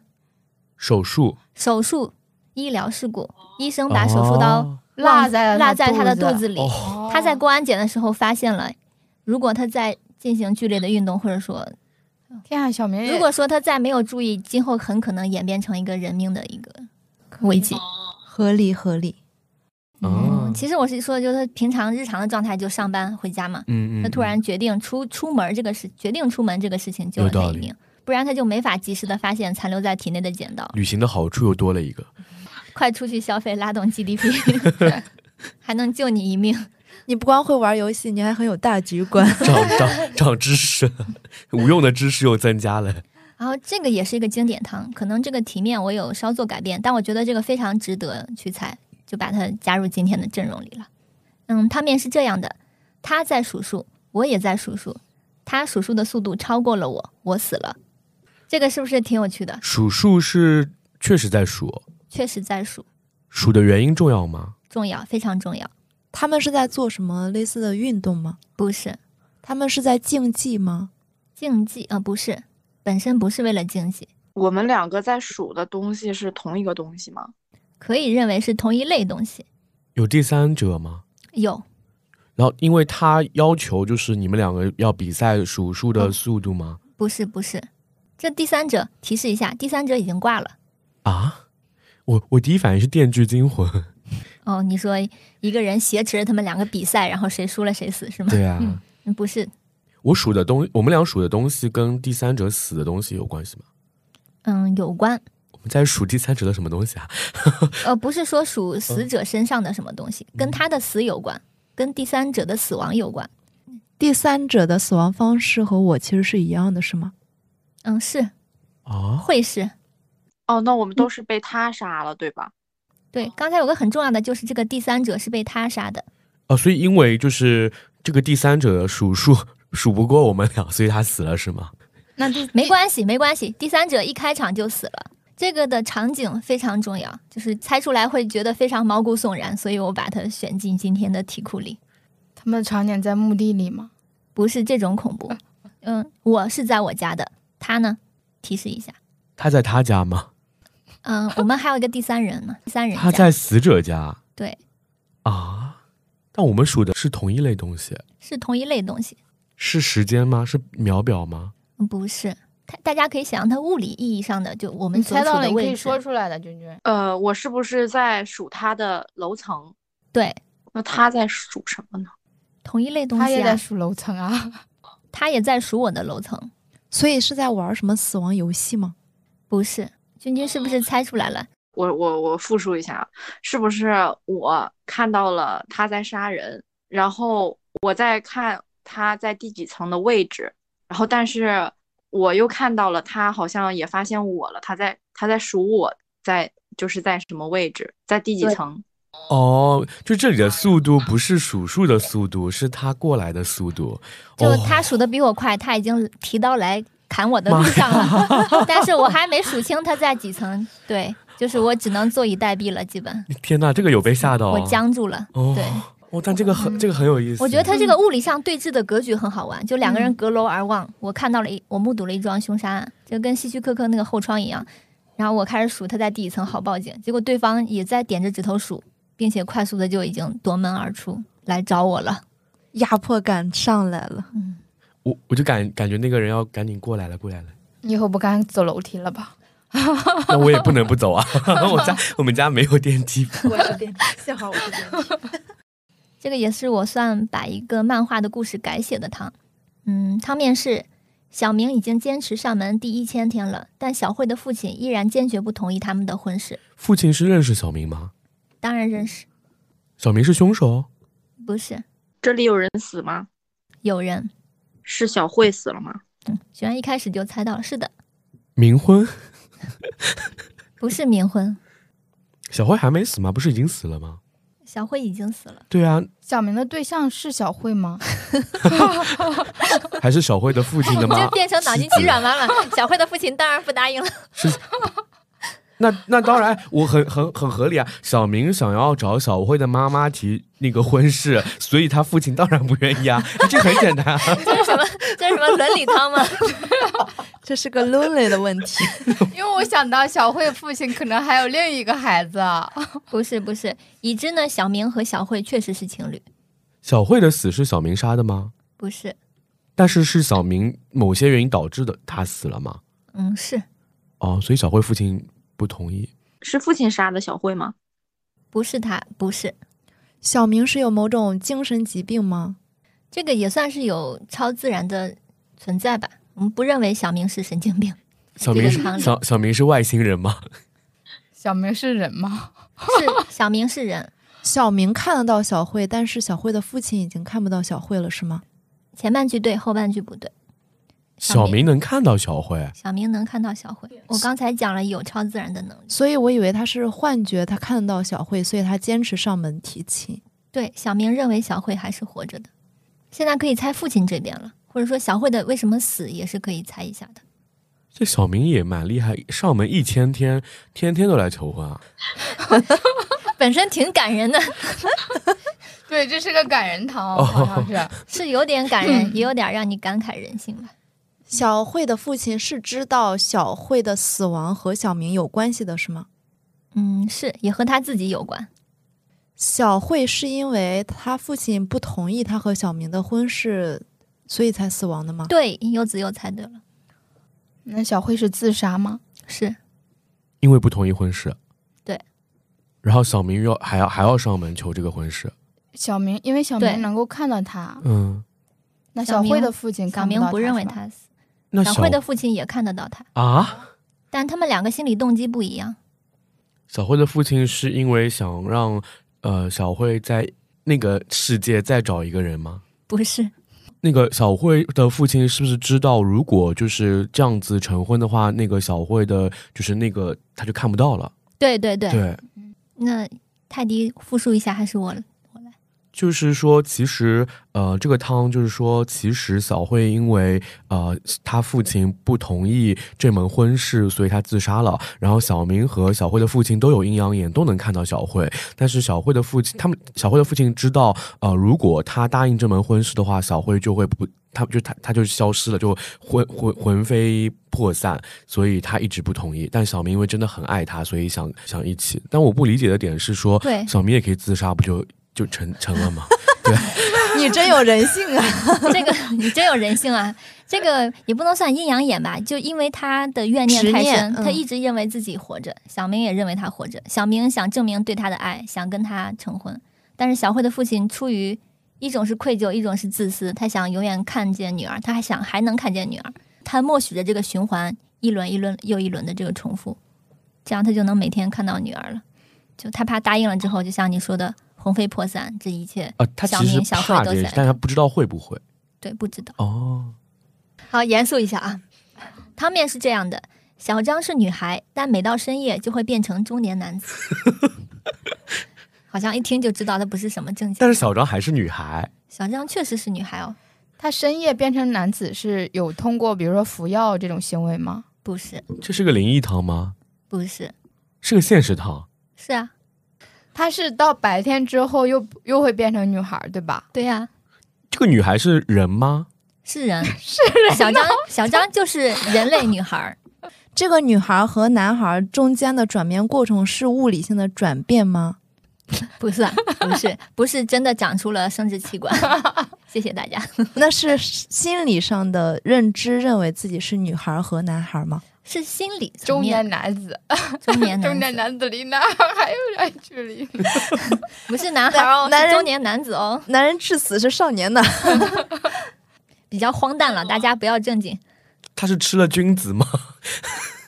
Speaker 4: 手术，
Speaker 6: 手术、医疗事故，医生把手术刀
Speaker 4: 哦
Speaker 3: 落
Speaker 6: 忘
Speaker 3: 在了
Speaker 6: 落在他的肚
Speaker 3: 肚
Speaker 6: 子里。
Speaker 4: 哦，
Speaker 6: 他在过安检的时候发现了，如果他在进行剧烈的运动，或者说
Speaker 3: 天啊，小明也
Speaker 6: 如果说他再没有注意，今后很可能演变成一个人命的一个危机。
Speaker 2: 合理合理。
Speaker 6: 嗯
Speaker 4: 啊，
Speaker 6: 其实我是说，就是他平常日常的状态，就上班回家嘛。
Speaker 4: 嗯嗯，
Speaker 6: 他突然决定出出门这个事，决定出门这个事情救了
Speaker 4: 有道
Speaker 6: 他一
Speaker 4: 理
Speaker 6: 命，不然他就没法及时的发现残留在体内的剪刀。
Speaker 4: 旅行的好处又多了一 个。
Speaker 6: 快出去消费，拉动 GDP，还能救你一命。
Speaker 2: 你不光会玩游戏，你还很有大局观。
Speaker 4: 长长长知识 了，无用的知识又增加了。
Speaker 6: 然后这个也是一个经典汤，可能这个题面我有稍作改变，但我觉得这个非常值得去猜，就把它加入今天的阵容里了。嗯，汤面是这样的：他在数数，我也在数数，他数数的速度超过了我，我死了。这个是不是挺有趣的？
Speaker 4: 数数是确实在数，
Speaker 6: 确实在数，
Speaker 4: 数的原因重要吗？
Speaker 6: 重要，非常重要。
Speaker 2: 他们是在做什么类似的运动吗？
Speaker 6: 不是
Speaker 2: 他们是在竞技吗？
Speaker 6: 竞技啊、呃不是，本身不是为了竞技，
Speaker 5: 我们两个在数的东西是同一个东西吗？
Speaker 6: 可以认为是同一类东西。
Speaker 4: 有第三者吗？
Speaker 6: 有，
Speaker 4: 然后，因为他要求就是你们两个要比赛数数的
Speaker 6: 嗯
Speaker 4: 速度吗？
Speaker 6: 不是不是，这第三者提示一下，第三者已经挂了。
Speaker 4: 啊，我我第一反应是《电锯惊魂》。
Speaker 6: 哦，你说一个人挟持着他们两个比赛，然后谁输了谁死是吗？
Speaker 4: 对啊，
Speaker 6: 嗯，不是，
Speaker 4: 我数的东，我们俩数的东西跟第三者死的东西有关系吗？
Speaker 6: 嗯，有关，
Speaker 4: 我们在数第三者的什么东西啊？
Speaker 6: 呃，不是说属死者身上的什么东西，跟他的死有关，跟第三者的死亡有关。
Speaker 2: 第三者的死亡方式和我其实是一样的，是吗？
Speaker 6: 嗯，是
Speaker 4: 啊，
Speaker 6: 会是。
Speaker 5: 哦，那我们都是被他杀了，对吧？
Speaker 6: 对，刚才有个很重要的，就是这个第三者是被他杀的，
Speaker 4: 哦，所以因为就是这个第三者数数数不过我们俩，所以他死了是吗？
Speaker 3: 那第
Speaker 6: 没关系，没关系。第三者一开场就死了，这个的场景非常重要，就是猜出来会觉得非常毛骨悚然，所以我把它选进今天的题库里。
Speaker 3: 他们的场景在墓地里吗？
Speaker 6: 不是这种 恐怖。嗯，我是在我家的，他呢？提示一下。
Speaker 4: 他在他家吗？
Speaker 6: 嗯，我们还有一个第三人嘛，第三人
Speaker 4: 他
Speaker 6: 家
Speaker 4: 在死者家
Speaker 6: 对，
Speaker 4: 啊，但我们数的是同一类东西，
Speaker 6: 是同一类东西。
Speaker 4: 是时间吗？是秒表吗？
Speaker 6: 嗯不是，他大家可以想象它物理意义上的，就我
Speaker 3: 我
Speaker 6: 们所
Speaker 3: 猜
Speaker 6: 处
Speaker 3: 到了，
Speaker 6: 的
Speaker 3: 你可
Speaker 6: 位
Speaker 3: 以
Speaker 6: 置。
Speaker 3: 说出来的，君君。
Speaker 5: 呃，我是不是在数他的楼层？
Speaker 6: 对，
Speaker 5: 那他在数什么呢？
Speaker 6: 同一类东
Speaker 3: 他
Speaker 6: 西
Speaker 3: 也在
Speaker 6: 啊。
Speaker 3: 数楼层啊，
Speaker 6: 他也在数我的楼层，
Speaker 2: 所以是在玩什么死亡游戏吗？
Speaker 6: 不是。君君是不是猜出 来了？
Speaker 5: 我我我复述一下啊，是不是我看到了他在杀人，然后我在看他在第几层的位置，然后但是我又看到了他好像也发现我了，他在他在数我在就是在什么位置，在第几
Speaker 6: 对
Speaker 5: 层？
Speaker 4: 哦，就这里的速度不是数数的速度，是他过来的速度。
Speaker 6: 就
Speaker 4: 哦
Speaker 6: 他数的比我快，他已经提刀来砍我的路
Speaker 4: 妈
Speaker 6: 上了，但是我还没数清他在几层。对，就是我只能坐以待毙了，基本
Speaker 4: 天哪，这个有被吓到、啊
Speaker 6: 我僵住了。
Speaker 4: 哦，
Speaker 6: 对。
Speaker 4: 哦，但这个很这个很有意思。
Speaker 6: 我觉得他这个物理上对峙的格局很好玩，就两个人
Speaker 3: 嗯
Speaker 6: 隔楼而望，我看到了一，我目睹了一桩凶杀案，就跟希区柯克那个后窗一样。然后我开始数他在第几层，好报警。结果对方也在点着指头数，并且快速的就已经夺门而出来找我了。
Speaker 2: 压迫感上来了。
Speaker 4: 我我就感感觉那个人要赶紧过来了，过来了。
Speaker 3: 以后不敢走楼梯了吧？
Speaker 4: 那我也不能不走 啊，我家我们家没有电梯。
Speaker 2: 我是电梯， 幸好我是电梯。
Speaker 6: 这个也是我算把一个漫画的故事改写的汤。嗯，汤面是小明已经坚持上门第一千天了，但小慧的父亲依然坚决不同意他们的婚事。
Speaker 4: 父亲是认识小明吗？
Speaker 6: 当然认识，
Speaker 4: 小明是凶手？
Speaker 6: 不是
Speaker 5: 这里有人死吗？
Speaker 6: 有人。
Speaker 5: 是小慧死了吗？
Speaker 6: 嗯，居然一开始就猜到了，是的。
Speaker 4: 冥婚？
Speaker 6: 不是冥婚，
Speaker 4: 小慧还没死吗？不是已经死了吗？
Speaker 6: 小慧已经死了。
Speaker 4: 对啊，
Speaker 3: 小明的对象是小慧吗？
Speaker 4: 还是小慧的父亲的
Speaker 6: 你
Speaker 4: 妈
Speaker 6: 这变成脑筋
Speaker 4: 妻
Speaker 6: 急
Speaker 4: 子
Speaker 6: 转弯了。小慧的父亲当然不答应了。
Speaker 4: 那那当然，我很很很合理啊。小明想要找小慧的妈妈提那个婚事，所以他父亲当然不愿意啊。这很简单、啊，
Speaker 6: 这是什么？这是什么伦理汤吗？
Speaker 2: 这是个 lonely 的问题。
Speaker 3: 因为我想到小慧父亲可能还有另一个孩子，啊
Speaker 6: 不是不是，已知呢，小明和小慧确实是情侣。
Speaker 4: 小慧的死是小明杀的吗？
Speaker 6: 不是，
Speaker 4: 但是是小明某些原因导致的，他死了吗？
Speaker 6: 嗯，是
Speaker 4: 哦，所以小慧父亲不同意。
Speaker 5: 是父亲杀的小慧吗？
Speaker 6: 不是他？不是，
Speaker 2: 小明是有某种精神疾病吗？
Speaker 6: 这个也算是有超自然的存在吧。我们不认为小明是神经 病，
Speaker 4: 小明
Speaker 6: 这个常
Speaker 4: 是
Speaker 6: 理
Speaker 4: 小小明是外星人吗？
Speaker 3: 小明是人吗？
Speaker 6: 是小明是人。
Speaker 2: 小明看得到小慧，但是小慧的父亲已经看不到小慧了，是吗？
Speaker 6: 前半句对，后半句不对。
Speaker 4: 小
Speaker 6: 小
Speaker 4: 明
Speaker 6: 明
Speaker 4: 能看到小慧，
Speaker 6: 小明能看到小慧，我刚才讲了有超自然的能力。
Speaker 2: 所以我以为他是幻觉，他看得到小慧，所以他坚持上门提亲。
Speaker 6: 对，小明认为小慧还是活着的。现在可以猜父亲这边了，或者说小慧的为什么死也是可以猜一下的。
Speaker 4: 这小明也蛮厉害，上门一千天，天天都来求婚啊！
Speaker 6: 本身挺感人的，
Speaker 3: 对，这是个感人堂，
Speaker 4: 哦
Speaker 3: 好像是。
Speaker 6: 是有点感人，也有点让你感慨人性吧。
Speaker 2: 小慧的父亲是知道小慧的死亡和小明有关系的，是吗？
Speaker 6: 嗯，是也和他自己有关。
Speaker 2: 小慧是因为她父亲不同意她和小明的婚事，所以才死亡的 吗？
Speaker 6: 对，柚子又猜对了，
Speaker 3: 那小慧是自杀吗？
Speaker 6: 是
Speaker 4: 因为不同意婚事，
Speaker 6: 对。
Speaker 4: 然后小明要还要还要上门求这个婚事，
Speaker 3: 小明，因为小
Speaker 6: 对
Speaker 3: 明能够看到他，
Speaker 4: 嗯，
Speaker 3: 那
Speaker 6: 小
Speaker 3: 小
Speaker 6: 明
Speaker 3: 慧的父亲
Speaker 6: 小
Speaker 3: 看
Speaker 6: 明
Speaker 3: 到
Speaker 6: 不认为
Speaker 3: 是吧
Speaker 6: 他死，
Speaker 4: 那
Speaker 6: 小
Speaker 4: 小
Speaker 6: 慧的父亲也看得到他，
Speaker 4: 啊，
Speaker 6: 但他们两个心理动机不一样。
Speaker 4: 小慧的父亲是因为想让呃小慧在那个世界再找一个人吗？
Speaker 6: 不是，
Speaker 4: 那个小慧的父亲是不是知道，如果就是这样子成婚的话，那个小慧的，就是那个他就看不到了。
Speaker 6: 对对对。
Speaker 4: 对，
Speaker 6: 那泰迪复述一下，还是我我来？
Speaker 4: 就是说，其实呃，这个汤就是说，其实小慧因为呃她父亲不同意这门婚事，所以她自杀了。然后小明和小慧的父亲都有阴阳眼，都能看到小慧。但是小慧的父亲，他们小慧的父亲知道，呃，如果他答应这门婚事的话，小慧就会不，他就他他就消失了，就魂魂魂飞魄散。所以他一直不同意。但小明因为真的很爱他，所以想想一起。但我不理解的点是说，
Speaker 6: 对
Speaker 4: 小明也可以自杀，不就就成成了 吗？
Speaker 2: 你真有人性啊！
Speaker 6: 这个 你真有人性啊！这个也不能算阴阳眼吧，就因为他的怨念太
Speaker 2: 执念
Speaker 6: 深，
Speaker 2: 嗯
Speaker 6: 他一直认为自己活着。小明也认为他活着，小明想证明对他的爱，想跟他成婚。但是小慧的父亲出于一种是愧疚，一种是自私，他想永远看见女儿，他还想还能看见女儿，他默许着这个循环，一轮一轮又一轮的这个重复，这样他就能每天看到女儿了。就他怕答应了之后，就像你说的魂飞魄散，这一切
Speaker 4: 啊，他
Speaker 6: 小
Speaker 4: 其实
Speaker 6: 明小慧
Speaker 4: 怕
Speaker 6: 都
Speaker 4: 这件
Speaker 6: 在
Speaker 4: 事，但他不知道会不会
Speaker 6: 对不知道。
Speaker 4: 哦。
Speaker 6: 好，严肃一下啊。汤面是这样的：小张是女孩，但每到深夜就会变成中年男子。好像一听就知道她不是什么正经
Speaker 4: 但
Speaker 6: 人。
Speaker 4: 是小张还是女孩，
Speaker 6: 小张确实是女孩哦，
Speaker 3: 他深夜变成男子是有通过比如说服药这种行为吗？
Speaker 6: 不是，
Speaker 4: 这是个灵异汤吗？
Speaker 6: 不是，
Speaker 4: 是个现实汤。
Speaker 6: 是啊，
Speaker 3: 他是到白天之后又又会变成女孩儿，对吧？
Speaker 6: 对呀、
Speaker 4: 这个女孩是人吗？
Speaker 6: 是人，是人。小张，小张就是人类女孩儿，
Speaker 2: 这个女孩和男孩中间的转变过程是物理性的转变吗？
Speaker 6: 不算，不是，不是真的长出了生殖器官。谢谢大家。
Speaker 2: 那是心理上的认知，认为自己是女孩和男孩吗？
Speaker 6: 是心理层
Speaker 3: 中
Speaker 6: 面
Speaker 3: 年，
Speaker 6: 嗯
Speaker 3: 男子，
Speaker 6: 中年男
Speaker 3: 中年
Speaker 6: 子
Speaker 3: 男子离男孩 还有点距离。
Speaker 6: 不是男孩儿哦，
Speaker 2: 男
Speaker 6: 是
Speaker 2: 人
Speaker 6: 中年男子哦。
Speaker 2: 男人至死是少年的，
Speaker 6: 比较荒诞了，大家不要正经。
Speaker 4: 她是吃了君子吗？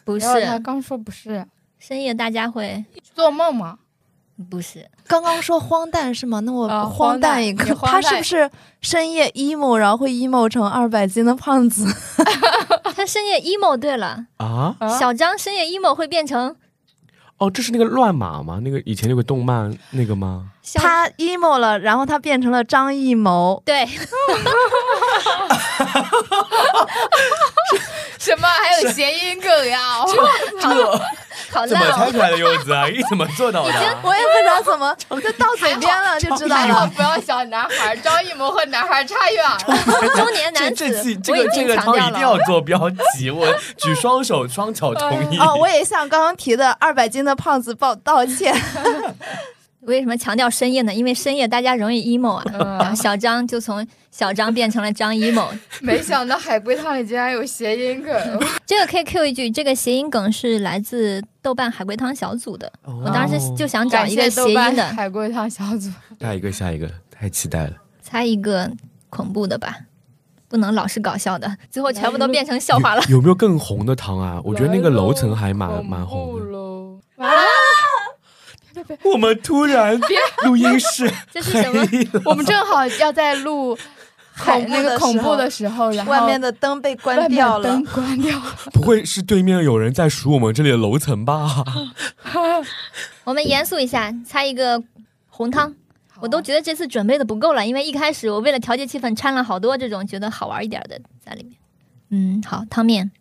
Speaker 6: 不是
Speaker 3: 然后他刚说不是
Speaker 6: 深夜大家会
Speaker 3: 做梦吗？
Speaker 6: 不是
Speaker 2: 刚刚说荒诞是吗？那我
Speaker 3: 啊
Speaker 2: 荒
Speaker 3: 荒
Speaker 2: 诞
Speaker 3: 诞
Speaker 2: 一个，
Speaker 3: 你荒
Speaker 2: 他
Speaker 3: 诞
Speaker 2: 是不是深夜 emo，然后会 emo 成二百斤的胖子？
Speaker 3: 哦
Speaker 6: 他深夜 emo 对了，
Speaker 4: 啊，
Speaker 3: 啊
Speaker 6: 小张深夜 emo 会变成
Speaker 4: 哦，这是那个乱马吗？那个以前有个动漫那个吗？
Speaker 6: 小
Speaker 2: 他 emo 了，然后他变成了张艺谋，
Speaker 6: 对
Speaker 3: 什么还有谐音梗呀？
Speaker 6: 好烂哦，
Speaker 4: 出来的柚子啊？ 你怎么做到的啊？
Speaker 2: 我也不知道 怎么就到嘴边了就知道
Speaker 3: 还好
Speaker 2: 了。 哦
Speaker 3: 不要想男孩儿，张艺谋和男孩儿差远 了。
Speaker 6: 中年男子，我已经强调了，
Speaker 4: 做标题，我举双手双 脚同意
Speaker 2: 哦，我也向刚刚提的二百斤的胖子抱道歉。
Speaker 6: 为什么强调深夜呢？因为深夜大家容易 emo 啊。然后
Speaker 3: 嗯，
Speaker 6: 小张就从小张变成了张 emo，
Speaker 3: 没想到海龟汤里竟然有谐音 梗，
Speaker 6: 这个可以 Q 一句，这个谐音梗是来自豆瓣海龟汤小组的。我
Speaker 4: 我
Speaker 6: 当时就想找
Speaker 3: 哦感
Speaker 6: 一
Speaker 3: 谢
Speaker 6: 个
Speaker 3: 豆
Speaker 6: 谐音
Speaker 3: 瓣
Speaker 6: 的，
Speaker 3: 海龟汤小组。
Speaker 4: 下一个，下一个，太期待了。
Speaker 6: 猜一个恐怖的吧，不能老是搞笑的，最后全部都变成笑话了。
Speaker 4: 有有没有更红的糖啊？我觉得那个楼层还蛮蛮红的。
Speaker 3: 的。
Speaker 4: 我们突然录音室
Speaker 6: 这是什么？
Speaker 3: 我们正好要在录海
Speaker 2: 恐怖
Speaker 3: 那
Speaker 2: 的
Speaker 3: 个恐
Speaker 2: 时候
Speaker 3: 怖的时候， 然后
Speaker 2: 外面的灯被关掉
Speaker 3: 外
Speaker 2: 了
Speaker 3: 面。灯关掉了。
Speaker 4: 不会是对面有人在数我们这里的楼层吧？
Speaker 6: 我们严肃一下，猜一个红汤。我都觉得这次准备的不够了，因为一开始我为了调节气氛掺了好多这种觉得好玩一点的在里面。嗯，好，汤面，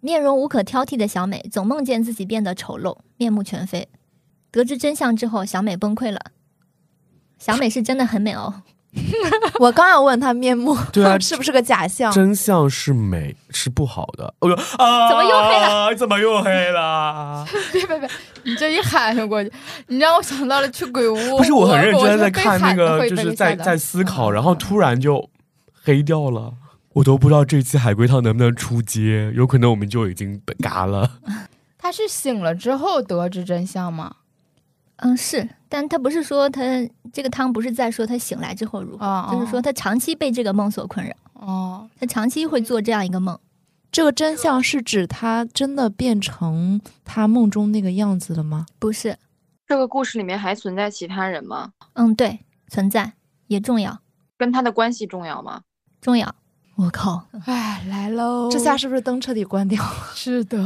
Speaker 6: 面容无可挑剔的小美总梦见自己变得丑陋，面目全非。得知真相之后，小美崩溃了。小美是真的很美哦，
Speaker 2: 我刚要问他面目，
Speaker 4: 对啊
Speaker 2: 是不是个假象？
Speaker 4: 真相是美是不好的。哦啊，
Speaker 6: 怎么又黑
Speaker 4: 了？怎么又黑了？
Speaker 3: 别别别，你这一喊就过去，你让我想到了去鬼屋。
Speaker 4: 不是，我
Speaker 3: 我
Speaker 4: 很认真在
Speaker 3: 是被
Speaker 4: 看那
Speaker 3: 喊的嗯
Speaker 4: 个，
Speaker 3: 会
Speaker 4: 就
Speaker 3: 被
Speaker 4: 是
Speaker 3: 吓
Speaker 4: 在
Speaker 3: 到
Speaker 4: 在思考，然后突然就黑掉了。我都不知道这期海龟汤能不能出街，有可能我们就已经被嘎了。
Speaker 3: 他是醒了之后得知真相吗？
Speaker 6: 嗯是，但她不是说她这个汤不是在说她醒来之后如何，
Speaker 3: 哦
Speaker 6: 就是说她长期被这个梦所困扰，
Speaker 3: 哦，
Speaker 6: 她长期会做这样一个梦。
Speaker 2: 这个真相是指他真的变成他梦中那个样子了吗？
Speaker 6: 不是，
Speaker 5: 这个故事里面还存在其他人吗？
Speaker 6: 嗯，对，存在也重要，
Speaker 5: 跟他的关系重要吗？
Speaker 6: 重要。我靠，
Speaker 3: 哎，来喽！
Speaker 2: 这下是不是灯彻底关掉了？
Speaker 3: 是的。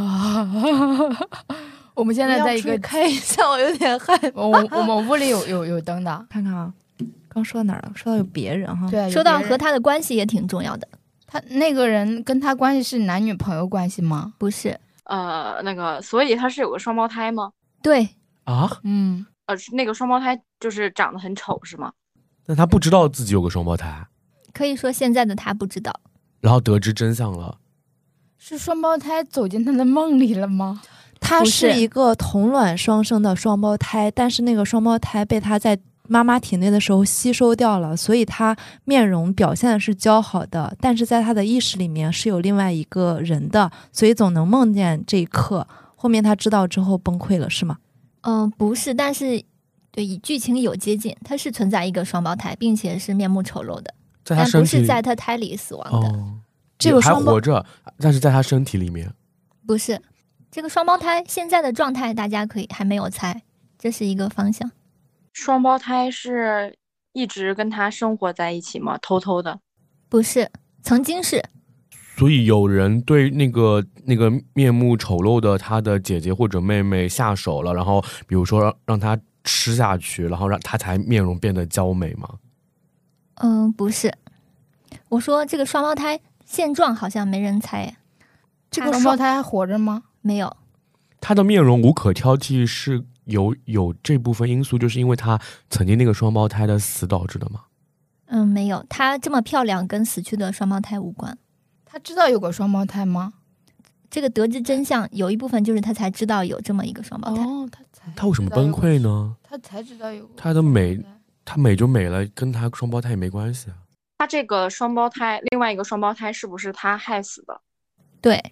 Speaker 3: 我们现在在一个
Speaker 2: 要出去，看一下，我有点害怕。
Speaker 3: 我我们屋里有有有灯的。
Speaker 2: 看看啊，刚说到哪儿了？说到有别人哈。，
Speaker 3: 对，
Speaker 6: 呃说到
Speaker 3: 有别
Speaker 6: 和
Speaker 3: 人
Speaker 6: 他的关系也挺重要的，
Speaker 3: 他那个人跟他关系是男女朋友关系吗？
Speaker 6: 不是？
Speaker 5: 呃，那个，所以他是有个双胞胎吗？
Speaker 6: 对，
Speaker 4: 啊？
Speaker 3: 嗯，
Speaker 5: 呃，是那个双胞胎就是长得很丑是吗？
Speaker 4: 那他不知道自己有个双胞胎，
Speaker 6: 可以说现在的他不知道，
Speaker 4: 然后得知真相了。
Speaker 3: 是双胞胎走进他的梦里了吗？
Speaker 2: 他
Speaker 6: 不
Speaker 2: 是
Speaker 6: 是
Speaker 2: 一个同卵双生的双胞胎，但是那个双胞胎被他在妈妈体内的时候吸收掉了，所以他面容表现的是姣好的，但是在他的意识里面是有另外一个人的，所以总能梦见这一刻。后面他知道之后崩溃了，是吗？
Speaker 6: 嗯、不是，但是对以剧情有接近，他是存在一个双胞胎，并且是面目丑陋的，
Speaker 4: 在他
Speaker 6: 但
Speaker 4: 身
Speaker 6: 不
Speaker 4: 体
Speaker 6: 是
Speaker 4: 里
Speaker 6: 在他胎里死亡的，
Speaker 4: 哦，
Speaker 2: 这个
Speaker 4: 还
Speaker 2: 双胞
Speaker 4: 活着，但是在他身体里面。
Speaker 6: 不是。这个双胞胎现在的状态，大家可以还没有猜，这是一个方向。
Speaker 5: 双胞胎是一直跟他生活在一起吗？偷偷的，
Speaker 6: 不是，曾经是
Speaker 4: 所以有人对那个那个面目丑陋的他的姐姐或者妹妹下手了，然后比如说让让他吃下去，然后让他才面容变得娇美嘛。
Speaker 6: 嗯，不是。我说这个双胞胎现状好像没人猜，
Speaker 2: 这
Speaker 6: 他
Speaker 2: 个
Speaker 3: 双胞胎还活着吗？
Speaker 6: 没有，
Speaker 4: 他的面容无可挑剔是有有这部分因素，就是因为他曾经那个双胞胎的死导致的嘛。
Speaker 6: 嗯，没有。她这么漂亮，跟死去的双胞胎无关。
Speaker 3: 他知道有个双胞胎吗？
Speaker 6: 这个得知真相有一部分就是她才知道有这么一个双胞胎。
Speaker 3: 哦，他才
Speaker 4: 他为什么崩溃？呢？
Speaker 3: 他才知道有个
Speaker 4: 他的美
Speaker 3: 双胞胎
Speaker 4: 他美就美了，跟他双胞胎也没关系啊。
Speaker 5: 他这个双胞胎，另外一个双胞胎是不是他害死的？
Speaker 6: 对，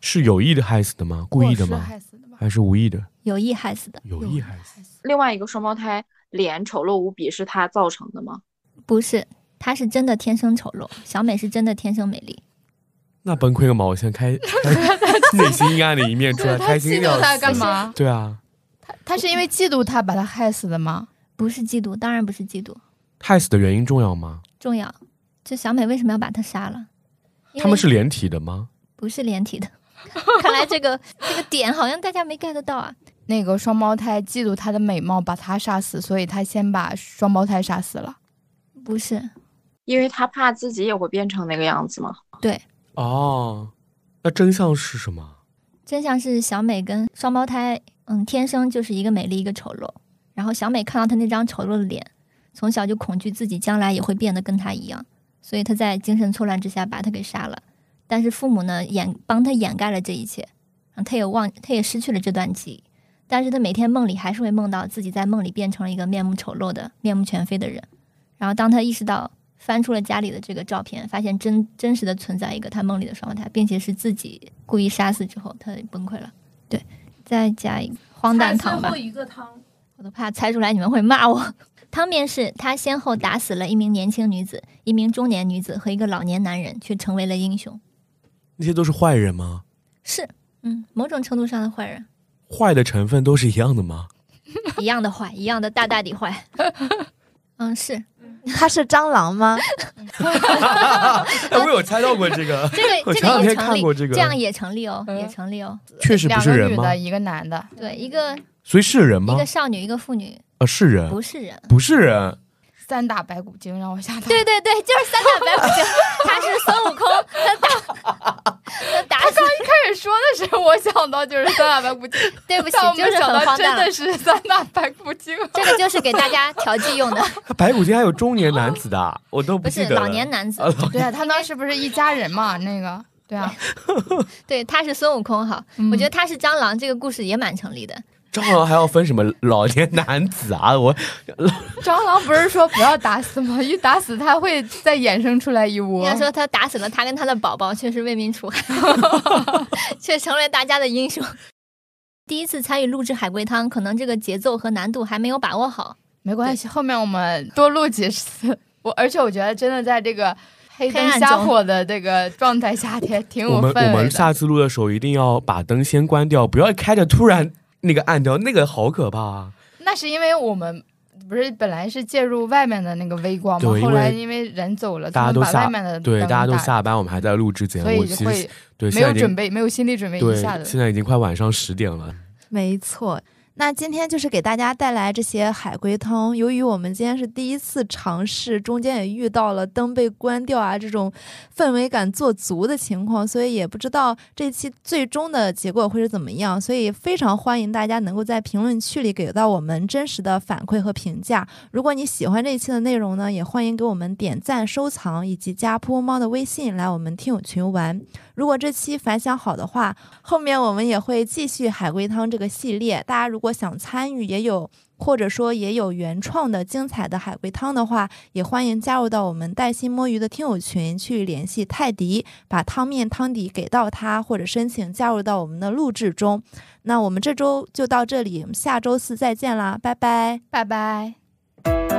Speaker 4: 是有意的害死的吗？故意的
Speaker 3: 我是
Speaker 4: 吗？
Speaker 3: 害死的吧？
Speaker 4: 还是无意的？
Speaker 6: 有意害死的，
Speaker 4: 有意害死。
Speaker 3: 死。
Speaker 5: 另外一个双胞胎脸丑陋无比是他造成的吗？
Speaker 6: 不是，她是真的天生丑陋，小美是真的天生美丽。
Speaker 4: 那崩溃个毛线，开 开内心阴暗的一面出来，
Speaker 3: 他
Speaker 4: 开
Speaker 3: 嫉
Speaker 4: 心
Speaker 3: 妒
Speaker 4: 要
Speaker 3: 他
Speaker 4: 死。
Speaker 3: 干嘛？
Speaker 4: 对啊，
Speaker 3: 他是因为嫉妒他把他害死的吗？
Speaker 6: 不是嫉妒，当然不是嫉妒，
Speaker 4: 害死的原因重要吗？
Speaker 6: 重要。就小美为什么要把她杀了？因
Speaker 4: 他们
Speaker 6: 为
Speaker 4: 是连体的吗？
Speaker 6: 不是连体的？ 看来这个这个点好像大家没 get 到啊。
Speaker 3: 那个双胞胎嫉妒她的美貌，把她杀死，所以他先把双胞胎杀死了。
Speaker 6: 不是，
Speaker 5: 因为他怕自己也会变成那个样子吗？
Speaker 6: 对，
Speaker 4: 哦，那真相是什么？
Speaker 6: 真相是小美跟双胞胎，嗯，天生就是一个美丽一个丑陋。然后小美看到她那张丑陋的脸，从小就恐惧自己将来也会变得跟她一样，所以她在精神错乱之下把她给杀了。嗯但是父母呢掩帮她掩盖了这一切，然后她也忘，她也失去了这段记忆。但是他每天梦里还是会梦到自己在梦里变成了一个面目丑陋的、面目全非的人。然后当他意识到翻出了家里的这个照片，发现真真实的存在一个他梦里的双胞胎，并且是自己故意杀死之后，他崩溃了。对，再加一个荒诞汤吧
Speaker 7: 最后，一个汤，
Speaker 6: 我都怕猜出来你们会骂我。汤面是他先后打死了一名年轻女子、一名中年女子和一个老年男人，却成为了英雄。
Speaker 4: 那些都是坏人吗？
Speaker 6: 是，嗯，某种程度上的坏人，
Speaker 4: 坏的成分都是一样的吗？
Speaker 6: 一样的坏，一样的大大的坏。 嗯，是，
Speaker 2: 他是蟑螂吗？
Speaker 4: 哎，我有猜到过这个
Speaker 6: 这
Speaker 4: 我
Speaker 6: 个，这
Speaker 4: 前两
Speaker 6: 个也
Speaker 4: 天
Speaker 6: 成
Speaker 4: 看
Speaker 6: 立，
Speaker 4: 过这个，
Speaker 6: 样也成立哦，
Speaker 3: 嗯
Speaker 6: 也成立哦。
Speaker 4: 确实不
Speaker 3: 两
Speaker 4: 是
Speaker 3: 个
Speaker 4: 人
Speaker 3: 女
Speaker 4: 吗
Speaker 3: 的，？一个男的，
Speaker 6: 对，一个
Speaker 4: 所以是人
Speaker 6: 一
Speaker 4: 吗
Speaker 6: 个？少女，一个妇女，
Speaker 4: 啊，是人，
Speaker 6: 不是人。
Speaker 4: 不是人，
Speaker 3: 三打白骨精让我吓到。
Speaker 6: 对对对，就是三打白骨精，他是孙悟空，他打他打死。
Speaker 3: 开始说的时候，我想到就是三打白骨精，
Speaker 6: 对不起
Speaker 3: 但我，没
Speaker 6: 就
Speaker 3: 有
Speaker 6: 是
Speaker 3: 想
Speaker 6: 很
Speaker 3: 到
Speaker 6: 荒
Speaker 3: 真
Speaker 6: 诞
Speaker 3: 的
Speaker 6: 了。
Speaker 3: 是三打白骨精。
Speaker 6: 这个就是给大家调剂用的，
Speaker 4: 白骨精还有中年男子的，我都
Speaker 6: 不
Speaker 4: 记
Speaker 6: 是
Speaker 4: 得了。
Speaker 6: 老年男子
Speaker 4: 啊。
Speaker 3: 对啊，他当时不是一家人嘛？那个，对啊，
Speaker 6: 对，他是孙悟空哈，
Speaker 3: 嗯
Speaker 6: 我觉得他是蟑螂，这个故事也蛮成立的。
Speaker 4: 蟑螂还要分什么老年男子啊？我
Speaker 3: 蟑螂不是说不要打死吗？一打死它会再衍生出来一
Speaker 6: 应
Speaker 3: 窝。
Speaker 6: 该说他打死了他跟他的宝宝，却是为民 除害，却成为大家的英雄。第一次参与录制海龟汤，可能这个节奏和难度还没有把握好。
Speaker 3: 没关系，后面我们多录几次。我而且我觉得真的在这个黑灯瞎火的这个状态下，也挺有
Speaker 4: 我们
Speaker 3: 氛围的。
Speaker 4: 我们下次录的时候一定要把灯先关掉，不要开着突然那个暗掉，那个好可怕啊！
Speaker 3: 那是因为我们不是本来是介入外面的那个微光嘛
Speaker 4: 对，因为
Speaker 3: 后来因为人走了，
Speaker 4: 大家
Speaker 3: 他
Speaker 4: 都
Speaker 3: 们把
Speaker 4: 下
Speaker 3: 外面的
Speaker 4: 对，
Speaker 3: 灯
Speaker 4: 大家都
Speaker 3: 打
Speaker 4: 下班，我们还在录制节
Speaker 3: 所
Speaker 4: 目，
Speaker 3: 以就
Speaker 4: 其
Speaker 3: 会
Speaker 4: 实对
Speaker 3: 没
Speaker 4: 现在
Speaker 3: 有
Speaker 4: 已
Speaker 3: 准
Speaker 4: 经
Speaker 3: 备，没有心理准备
Speaker 4: 对
Speaker 3: 一下子。
Speaker 4: 现在已经快晚上十点了。
Speaker 2: 没错。那今天就是给大家带来这些海龟汤。由于我们今天是第一次尝试，中间也遇到了灯被关掉啊这种氛围感做足的情况，所以也不知道这期最终的结果会是怎么样。所以非常欢迎大家能够在评论区里给到我们真实的反馈和评价。如果你喜欢这一期的内容呢，也欢迎给我们点赞、收藏以及加噗噗猫的微信来我们听友群玩。如果这期反响好的话，后面我们也会继续海龟汤这个系列，大家如果想参与，也有或者说也有原创的精彩的海龟汤的话，也欢迎加入到我们带薪摸鱼的听友群去联系泰迪，把汤面汤底给到他，或者申请加入到我们的录制中。那我们这周就到这里，我们下周四再见啦，拜拜。
Speaker 3: 拜拜。